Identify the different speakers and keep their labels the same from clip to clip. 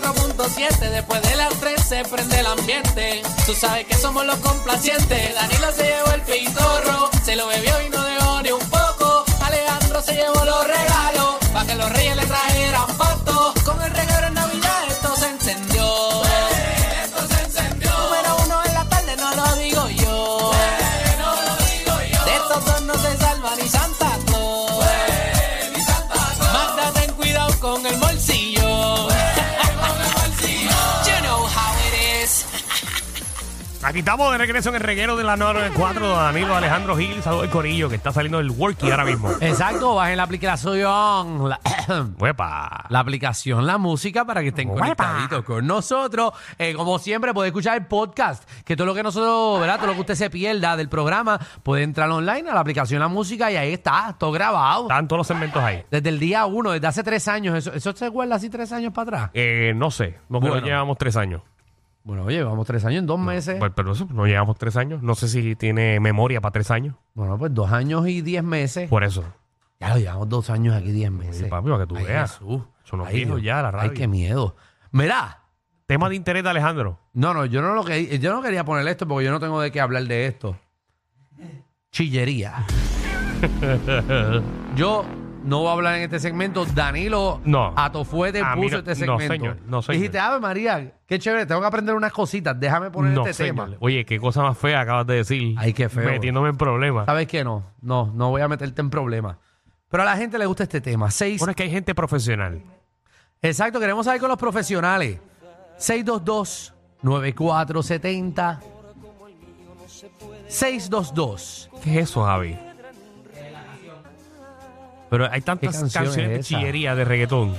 Speaker 1: 107, después de las 3 se prende el ambiente. Tú sabes que somos los complacientes. Danilo se llevó el pitorro, se lo bebió y no dejó ni un poco. Alejandro se llevó los regalos, para que los reyes le trajeran pato. Con el regalo en Navidad esto se encendió. esto se encendió. Número uno en la tarde, no lo digo yo. no lo digo yo. De estos dos no se salva ni Santa Claus. ni Santa Claus. Magda, ten cuidado con el bolsillo. con el bolsillo. You know how it is.
Speaker 2: Aquí estamos de regreso en el reguero de la 994, Danilo Alejandro Gil, saludos el Corillo, que está saliendo del worky ahora mismo.
Speaker 3: Exacto, bajen la aplicación, la,
Speaker 2: Uepa.
Speaker 3: la aplicación, la música para que estén
Speaker 2: Uepa.
Speaker 3: conectaditos con nosotros. Eh, como siempre, puede escuchar el podcast, que todo lo que nosotros, ¿verdad? Todo lo que usted se pierda del programa, puede entrar online a la aplicación, la música y ahí está, todo grabado.
Speaker 2: Están todos los segmentos ahí.
Speaker 3: Desde el día uno, desde hace tres años, ¿eso, eso se guarda así tres años para atrás?
Speaker 2: Eh, no sé, no creo que
Speaker 3: Bueno.
Speaker 2: llevamos tres años.
Speaker 3: Bueno, oye, vamos tres años en dos meses.
Speaker 2: Pues, pero eso, no llevamos tres años. No sé si tiene memoria para tres años.
Speaker 3: Bueno, pues dos años y diez meses.
Speaker 2: Por eso.
Speaker 3: Ya lo llevamos dos años aquí, diez meses.
Speaker 2: Oye, papi, para que tú
Speaker 3: Ay,
Speaker 2: veas.
Speaker 3: Jesús.
Speaker 2: Eso nos
Speaker 3: Ay,
Speaker 2: dijo
Speaker 3: Dios.
Speaker 2: ya la
Speaker 3: Ay,
Speaker 2: radio.
Speaker 3: qué miedo. Mira,
Speaker 2: Tema de interés de Alejandro.
Speaker 3: No, no, yo no lo que yo no quería poner esto porque yo no tengo de qué hablar de esto. Chillería. yo no voy a hablar en este segmento. Danilo
Speaker 2: No.
Speaker 3: Atofuete
Speaker 2: A mí
Speaker 3: puso
Speaker 2: no-
Speaker 3: este
Speaker 2: no,
Speaker 3: segmento.
Speaker 2: señor, no, señor.
Speaker 3: Dijiste, Ave María, qué chévere, tengo que aprender unas cositas. Déjame poner
Speaker 2: No,
Speaker 3: este
Speaker 2: señor.
Speaker 3: tema.
Speaker 2: Oye, qué cosa más fea acabas de decir.
Speaker 3: Ay, qué feo.
Speaker 2: Metiéndome en problemas.
Speaker 3: ¿Sabes qué? No, no, no voy a meterte en problemas. Pero a la gente le gusta este tema. Seis,
Speaker 2: Bueno, es que hay gente profesional.
Speaker 3: Exacto, queremos saber con los profesionales. 622-9470. 622.
Speaker 2: ¿Qué es eso, Javi? Pero hay tantas
Speaker 3: ¿Qué canción
Speaker 2: canciones
Speaker 3: es
Speaker 2: de
Speaker 3: esa?
Speaker 2: chillería de reggaetón.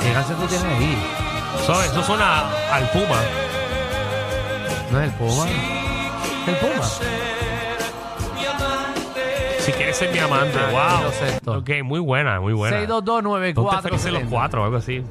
Speaker 3: ¿Qué canción tú tienes ahí?
Speaker 2: ¿Sabes? Eso suena al Puma.
Speaker 3: ¿No es el Puma? ¿El Puma?
Speaker 2: Si quieres ser mi amante,
Speaker 3: Ah, lo sé,
Speaker 2: wow.
Speaker 3: esto.
Speaker 2: Ok, muy buena, muy buena. Ponte felices los
Speaker 3: 622-9470.
Speaker 2: cuatro, algo así.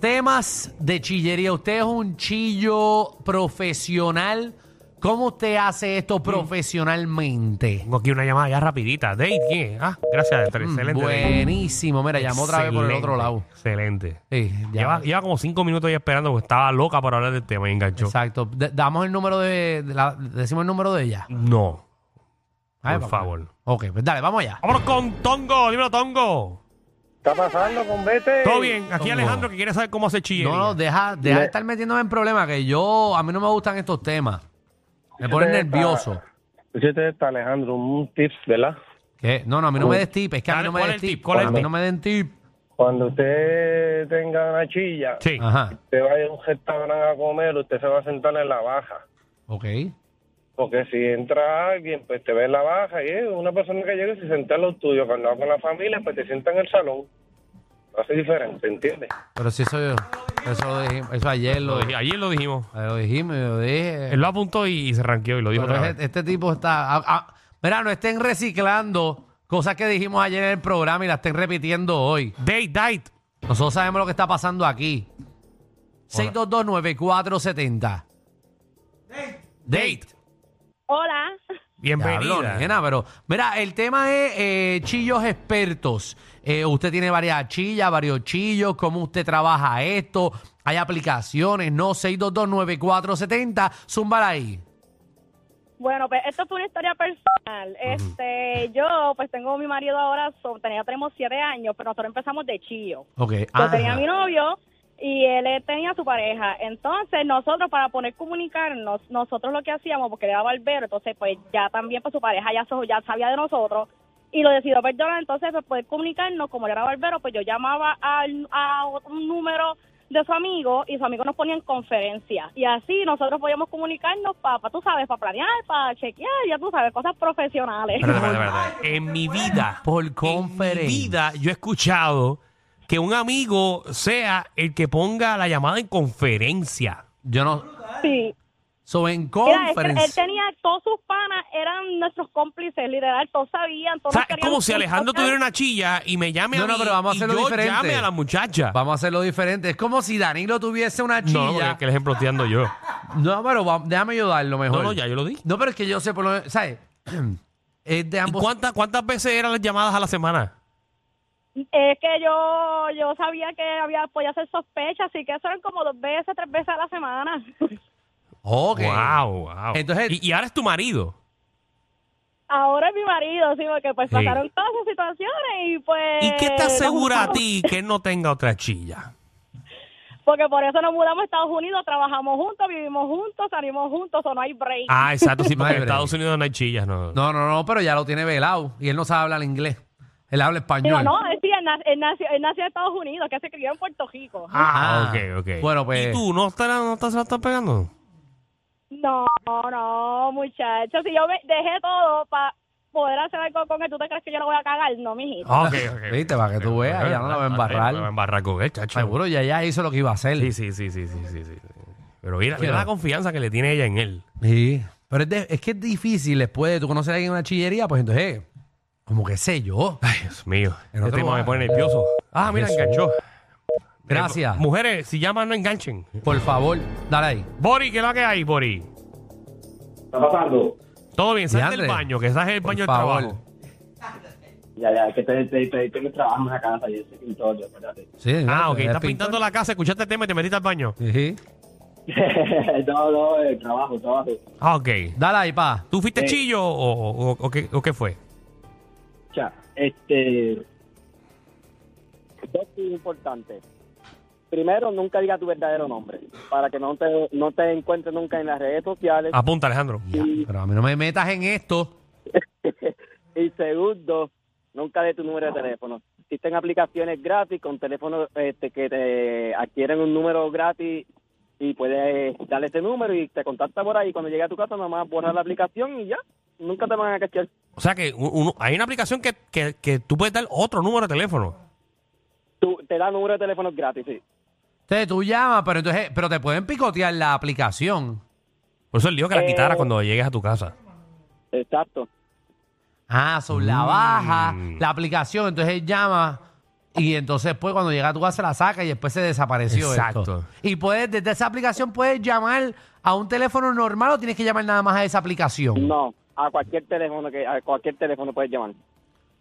Speaker 3: Temas de chillería. Usted es un chillo profesional. ¿Cómo usted hace
Speaker 2: Mm.
Speaker 3: esto profesionalmente?
Speaker 2: Tengo aquí una llamada ya rapidita. Date, ¿quién es? Ah, gracias, Dave. excelente. Dave.
Speaker 3: Buenísimo. Mira, Mm, llamó otra vez por el otro
Speaker 2: Excelente,
Speaker 3: lado.
Speaker 2: Excelente.
Speaker 3: Sí, ya.
Speaker 2: Lleva, lleva como cinco minutos ya esperando porque estaba loca para hablar del tema y enganchó.
Speaker 3: Exacto. D- damos el número de, de la- decimos el número de ella.
Speaker 2: No,
Speaker 3: Ay,
Speaker 2: por
Speaker 3: papá.
Speaker 2: favor.
Speaker 3: Ok, pues dale, vamos allá.
Speaker 2: Vámonos con Tongo, dímelo Tongo.
Speaker 4: ¿Está pasando, convete?
Speaker 2: Todo bien, aquí
Speaker 3: Tongo.
Speaker 2: Alejandro que quiere saber cómo hace chillería.
Speaker 3: No, no, deja, deja de estar metiéndome en problemas, que yo, a mí no me gustan estos temas. Me ponen
Speaker 4: Deja.
Speaker 3: nervioso.
Speaker 4: Usted está, Alejandro, un tips, ¿verdad?
Speaker 3: ¿Qué? No, no, a mí no me des tip, es que a mí
Speaker 2: Dale,
Speaker 3: no me
Speaker 2: ¿cuál
Speaker 3: des
Speaker 2: es el
Speaker 3: tip.
Speaker 2: tip? ¿Cuál
Speaker 4: es
Speaker 3: a
Speaker 4: el
Speaker 3: mí
Speaker 4: tip?
Speaker 3: no me den tip.
Speaker 4: Cuando usted tenga una chilla,
Speaker 2: Sí.
Speaker 3: Ajá,
Speaker 4: usted vaya a un restaurante a comer, usted se va a sentar en la baja.
Speaker 3: ok.
Speaker 4: Porque si entra alguien, pues te ve en la baja y es una persona que llega y se sienta en los tuyos. Cuando va con la familia, pues te sienta en el salón. Hace diferente, ¿entiendes?
Speaker 3: Pero si eso yo, eso, lo dijimos- eso ayer
Speaker 2: Lo
Speaker 3: lo,
Speaker 2: dije- ayer lo dijimos.
Speaker 3: lo dijimos, lo dije.
Speaker 2: Él lo apuntó y, y se ranqueó y lo dijo
Speaker 3: Pero
Speaker 2: otra
Speaker 3: es-
Speaker 2: vez.
Speaker 3: este tipo está. ah, ah, mira, no estén reciclando cosas que dijimos ayer en el programa y las estén repitiendo hoy.
Speaker 2: Date, date.
Speaker 3: Nosotros sabemos lo que está pasando aquí. 6229470. Date.
Speaker 5: Hola.
Speaker 3: Diablo,
Speaker 2: Bienvenida.
Speaker 3: nena, pero mira, el tema es eh, chillos expertos. Eh, usted tiene varias chillas, varios chillos, cómo usted trabaja esto. Hay aplicaciones, ¿no? 6229470, zúmbala ahí.
Speaker 5: Bueno, pues esto fue una historia personal. Este, yo pues tengo mi marido ahora, so- tenía tenemos siete años, pero nosotros empezamos de chillo.
Speaker 3: Ok. ah,
Speaker 5: Yo
Speaker 3: ajá.
Speaker 5: Pues tenía a mi novio y él eh, tenía a su pareja. Entonces nosotros para poder comunicarnos, nosotros lo que hacíamos, porque era barbero, entonces pues ya también pues su pareja ya, so- ya sabía de nosotros y lo decidió perdonar. Entonces para poder comunicarnos, como él era barbero, pues yo llamaba al- a un número de su amigo y su amigo nos ponía en conferencia. Y así nosotros podíamos comunicarnos para, tú sabes, para planear, para chequear, ya tú sabes, cosas profesionales.
Speaker 2: Espérate, espérate, espérate. En mi vida,
Speaker 3: Por
Speaker 2: En mi
Speaker 3: conferencia.
Speaker 2: vida, yo he escuchado que un amigo sea el que ponga la llamada en conferencia.
Speaker 3: Yo no.
Speaker 5: Sí.
Speaker 3: So, en
Speaker 5: Mira, este, es que
Speaker 3: conference.
Speaker 5: él tenía todos sus panas, eran nuestros cómplices, literal, todos sabían,
Speaker 2: O
Speaker 5: todos
Speaker 2: sea,
Speaker 5: nos
Speaker 2: es
Speaker 5: querían-
Speaker 2: como si Alejandro tuviera una chilla y me llame
Speaker 3: No,
Speaker 2: a mí
Speaker 3: no, pero vamos a
Speaker 2: y
Speaker 3: hacerlo
Speaker 2: yo
Speaker 3: diferente.
Speaker 2: llame a la muchacha.
Speaker 3: Vamos a hacerlo diferente. Es como si Danilo tuviese una
Speaker 2: no, porque
Speaker 3: chilla.
Speaker 2: es que el ejemplo estoy dando yo.
Speaker 3: No, pero va- déjame ayudarlo mejor.
Speaker 2: No, no, ya yo lo di.
Speaker 3: No, pero es que yo sé por lo menos, ¿sabes? Es de
Speaker 2: ¿Y
Speaker 3: ambos.
Speaker 2: cuántas, cuántas veces eran las llamadas a la semana?
Speaker 5: Es que yo yo sabía que había podía hacer sospechas, así que eso eran como dos veces, tres veces a la semana.
Speaker 3: Ok.
Speaker 2: Wow, wow.
Speaker 3: Entonces-
Speaker 2: y, y ahora es tu marido.
Speaker 5: Ahora es mi marido, sí, porque pues
Speaker 2: Sí.
Speaker 5: pasaron todas esas situaciones y pues...
Speaker 2: ¿Y
Speaker 3: Eh,
Speaker 2: qué te
Speaker 5: nos
Speaker 2: asegura a
Speaker 5: juntamos.
Speaker 2: ti que él no tenga otra chilla?
Speaker 5: Porque por eso nos mudamos a Estados Unidos, trabajamos juntos, vivimos juntos, salimos juntos, o no hay break.
Speaker 2: Ah, exacto, sí,
Speaker 3: No
Speaker 2: porque
Speaker 3: hay
Speaker 2: en
Speaker 3: break.
Speaker 2: Estados Unidos no hay chillas, no.
Speaker 3: No, no, no, pero ya lo tiene velado y él no sabe hablar inglés. Él habla
Speaker 5: Digo,
Speaker 3: español.
Speaker 5: no, él, sí, él, nació, él, nació, él nació en Estados Unidos, que se crió en Puerto Rico.
Speaker 2: Ah,
Speaker 3: Ah.
Speaker 2: ok, ok.
Speaker 3: Bueno, pues-
Speaker 2: ¿Y tú no, estás, no estás, se la estás pegando?
Speaker 5: No, no, muchachos, si yo me dejé todo para poder hacer algo con él, ¿tú te crees que yo lo voy a cagar? No, mijito.
Speaker 2: Ah, Ok,
Speaker 3: Viste, para que tú veas, ya no la va a embarrar.
Speaker 2: No la va a embarrar con él, chacho.
Speaker 3: Seguro, ya ya hizo lo que iba a hacer.
Speaker 2: Sí, sí, sí, sí, sí, sí, sí. Pero mira, mira
Speaker 3: Pero-
Speaker 2: la confianza que le tiene ella en él.
Speaker 3: Sí. Pero es, de- es que es difícil después de tú conocer a alguien en una chillería, pues entonces, como que sé yo.
Speaker 2: Ay, Dios mío.
Speaker 3: En otro
Speaker 2: Este tema
Speaker 3: lugar.
Speaker 2: me pone nervioso. Ah, mira,
Speaker 3: Jesús.
Speaker 2: enganchó.
Speaker 3: Gracias.
Speaker 2: Eh, mujeres, si llaman, no enganchen.
Speaker 3: Por favor, dale ahí.
Speaker 2: Bori, ¿qué es la que hay, Bori?
Speaker 6: está pasando?
Speaker 2: Todo bien, sal del
Speaker 3: Diandre.
Speaker 2: baño, que estás en el
Speaker 3: Por
Speaker 2: baño del
Speaker 3: favor.
Speaker 2: trabajo.
Speaker 6: Ya, ya, que te, te, te, tengo trabajo en la casa y ese pintorio, espérate.
Speaker 3: Sí,
Speaker 2: Ah,
Speaker 3: mira,
Speaker 2: ok,
Speaker 3: eres
Speaker 2: estás
Speaker 3: pintor.
Speaker 2: pintando la casa, escuchaste el tema y te metiste al baño.
Speaker 3: Sí.
Speaker 6: no, no, el trabajo, trabajo.
Speaker 2: Ah, ok.
Speaker 3: Dale ahí, pa.
Speaker 2: ¿Tú fuiste
Speaker 6: Eh.
Speaker 2: chillo o, o- o qué, o qué fue?
Speaker 6: O sea, este... Dos cosas importantes. Primero, nunca diga tu verdadero nombre, para que no te, no te encuentres nunca en las redes sociales.
Speaker 2: Apunta, Alejandro.
Speaker 3: Ya, pero a mí no me metas en esto.
Speaker 6: Y segundo, nunca dé tu número de teléfono. Existen aplicaciones gratis con teléfonos este, que te adquieren un número gratis y puedes darle ese número y te contacta por ahí. Cuando llegue a tu casa, nomás borrar la aplicación y ya. Nunca te van a cachar.
Speaker 2: O sea que u- uno- hay una aplicación que, que- que tú puedes dar otro número de teléfono.
Speaker 6: Tú, te da número de teléfono gratis, sí.
Speaker 3: Entonces tú llamas, pero entonces, pero te pueden picotear la aplicación.
Speaker 2: Por eso el lío que la
Speaker 6: Eh.
Speaker 2: quitara cuando llegues a tu casa.
Speaker 6: Exacto.
Speaker 3: Ah, sobre la
Speaker 2: Mm.
Speaker 3: baja, la aplicación, entonces él llama y entonces pues cuando llega a tu casa la saca y después se desapareció
Speaker 2: Exacto.
Speaker 3: esto. Y puedes, desde esa aplicación puedes llamar a un teléfono normal o tienes que llamar nada más a esa aplicación.
Speaker 6: No, a cualquier teléfono que a cualquier teléfono puedes llamar.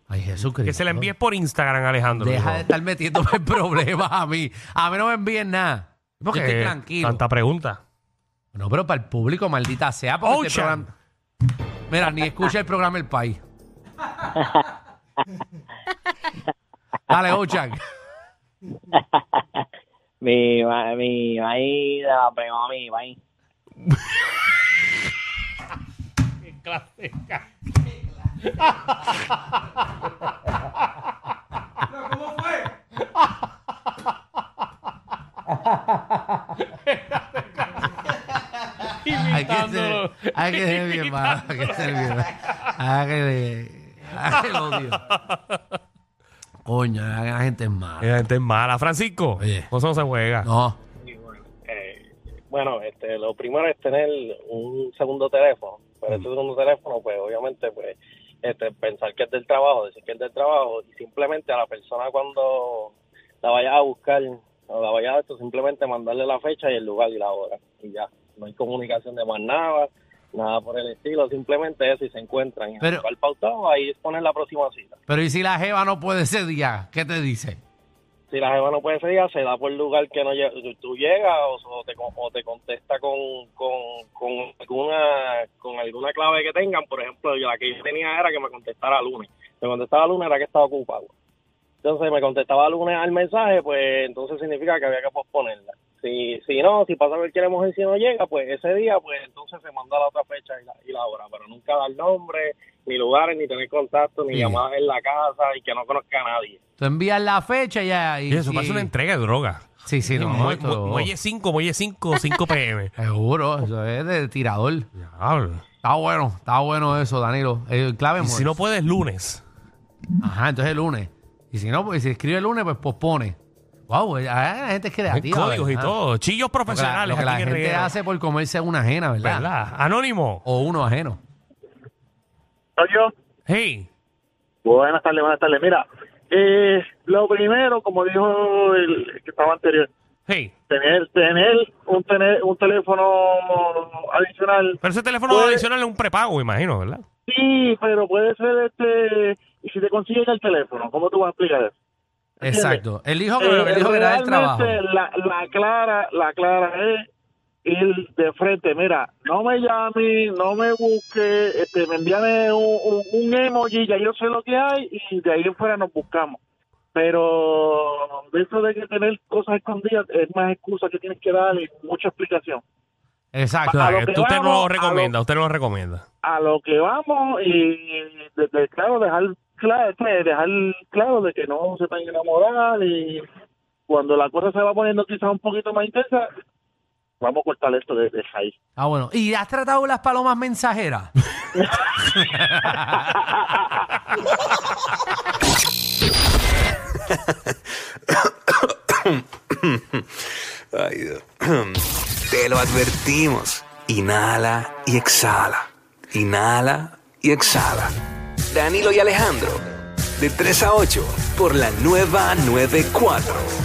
Speaker 3: Ay, Jesucristo.
Speaker 2: Que se la envíes por Instagram, Alejandro.
Speaker 3: Deja de
Speaker 2: Digo,
Speaker 3: estar metiéndome en problemas a mí. A mí no me envíen nada. Porque
Speaker 2: que
Speaker 3: estoy tranquilo.
Speaker 2: Tanta pregunta.
Speaker 3: No, pero para el público, maldita sea. Porque este
Speaker 2: Ocean.
Speaker 3: programa- Mira, ni escucha el programa El País. Dale, Ochan.
Speaker 6: Mi, mi, ahí la pegó a mí, ahí.
Speaker 3: Hay que ser, hay que ser bien malo. Hay que ser bien malo. Hay que ser- hay que el odio. Coño, la gente es mala.
Speaker 2: La gente es mala. Francisco,
Speaker 3: Ah. Oye.
Speaker 2: eso no se juega.
Speaker 3: No.
Speaker 7: Eh, bueno, este, lo primero es tener un segundo teléfono, pero ese segundo teléfono, pues obviamente, pues este, pensar que es del trabajo, decir que es del trabajo, y simplemente a la persona cuando la vayas a buscar o la vayas a esto, simplemente mandarle la fecha y el lugar y la hora, y ya, no hay comunicación de más nada, nada por el estilo, simplemente eso y se encuentran. Y
Speaker 3: Pero-
Speaker 7: al pautado, ahí es poner la próxima cita.
Speaker 3: Pero ¿y si la jeva no puede ese día? ¿Qué te dice?
Speaker 7: si la jeva no puede ser ella, se da por el lugar que no lle- tú llegas o, o te, con- o te contesta con, con, con alguna con alguna clave que tengan. Por ejemplo, yo la que yo tenía era que me contestara lunes. Me contestaba lunes era que estaba ocupado. Entonces me contestaba lunes al mensaje, pues entonces significa que había que posponerla. Si, si no, si pasa cualquier emergencia y no llega, pues ese día, pues entonces se manda la otra fecha y la, y la hora. Pero nunca dar nombre, ni lugares, ni tener contacto, ni
Speaker 3: Sí.
Speaker 7: llamadas en la casa y que no conozca a nadie.
Speaker 3: Tú envías la fecha y ya.
Speaker 2: Y eso parece una entrega de droga.
Speaker 3: Sí, sí, no.
Speaker 2: Mue-
Speaker 3: esto-
Speaker 2: mue- muelle 5, muelle 5, 5 pm.
Speaker 3: Seguro, eso es de tirador.
Speaker 2: Diablo.
Speaker 3: Está bueno, está bueno eso, Danilo. El clave
Speaker 2: Y
Speaker 3: muerto.
Speaker 2: si no puedes, lunes.
Speaker 3: Ajá, entonces el lunes. Y si no, pues si escribe el lunes, pues pospone. Wow, la gente es
Speaker 2: Hay
Speaker 3: creativa.
Speaker 2: códigos y
Speaker 3: ¿verdad?
Speaker 2: todo. Chillos
Speaker 3: Lo que la,
Speaker 2: profesionales.
Speaker 3: lo que la
Speaker 2: Pues aquí en el
Speaker 3: gente
Speaker 2: reguero.
Speaker 3: hace por comerse una ajena, ¿verdad?
Speaker 2: ¿Verdad? Anónimo.
Speaker 3: O uno ajeno.
Speaker 8: Soy yo.
Speaker 2: Hey.
Speaker 8: Buenas tardes, buenas tardes. Mira, eh, lo primero, como dijo el que estaba anterior,
Speaker 2: Hey.
Speaker 8: tener tener un tener un teléfono adicional.
Speaker 2: Pero ese teléfono
Speaker 8: Pues-
Speaker 2: adicional es un prepago, imagino, ¿verdad?
Speaker 8: Sí, pero puede ser este. Y si te consigues el teléfono, ¿cómo tú vas a explicar eso?
Speaker 3: Exacto. Él dijo que
Speaker 7: Eh,
Speaker 3: él dijo que era del trabajo.
Speaker 7: realmente La, la clara, la clara es ir de frente. Mira, no me llame, no me busque, este, me envíame un, un- un emoji, ya yo sé lo que hay y de ahí en fuera nos buscamos. Pero de eso de que tener cosas escondidas es más excusa que tienes que dar y mucha explicación.
Speaker 3: Exacto. Eh,
Speaker 7: a lo
Speaker 2: que
Speaker 7: que
Speaker 2: usted no lo
Speaker 7: vamos, a
Speaker 2: recomienda, usted no lo recomienda.
Speaker 7: A lo que vamos y de- de- claro dejar claro, este, dejar claro de que no se van a enamorar y cuando la cosa se va poniendo quizás un poquito más intensa, vamos a cortar esto desde ahí.
Speaker 3: Ah, bueno. ¿Y has tratado las palomas mensajeras?
Speaker 9: Ay, Dios. Te lo advertimos. Inhala y exhala. Inhala y exhala. Danilo y Alejandro, de 3 a 8, por la nueva 94.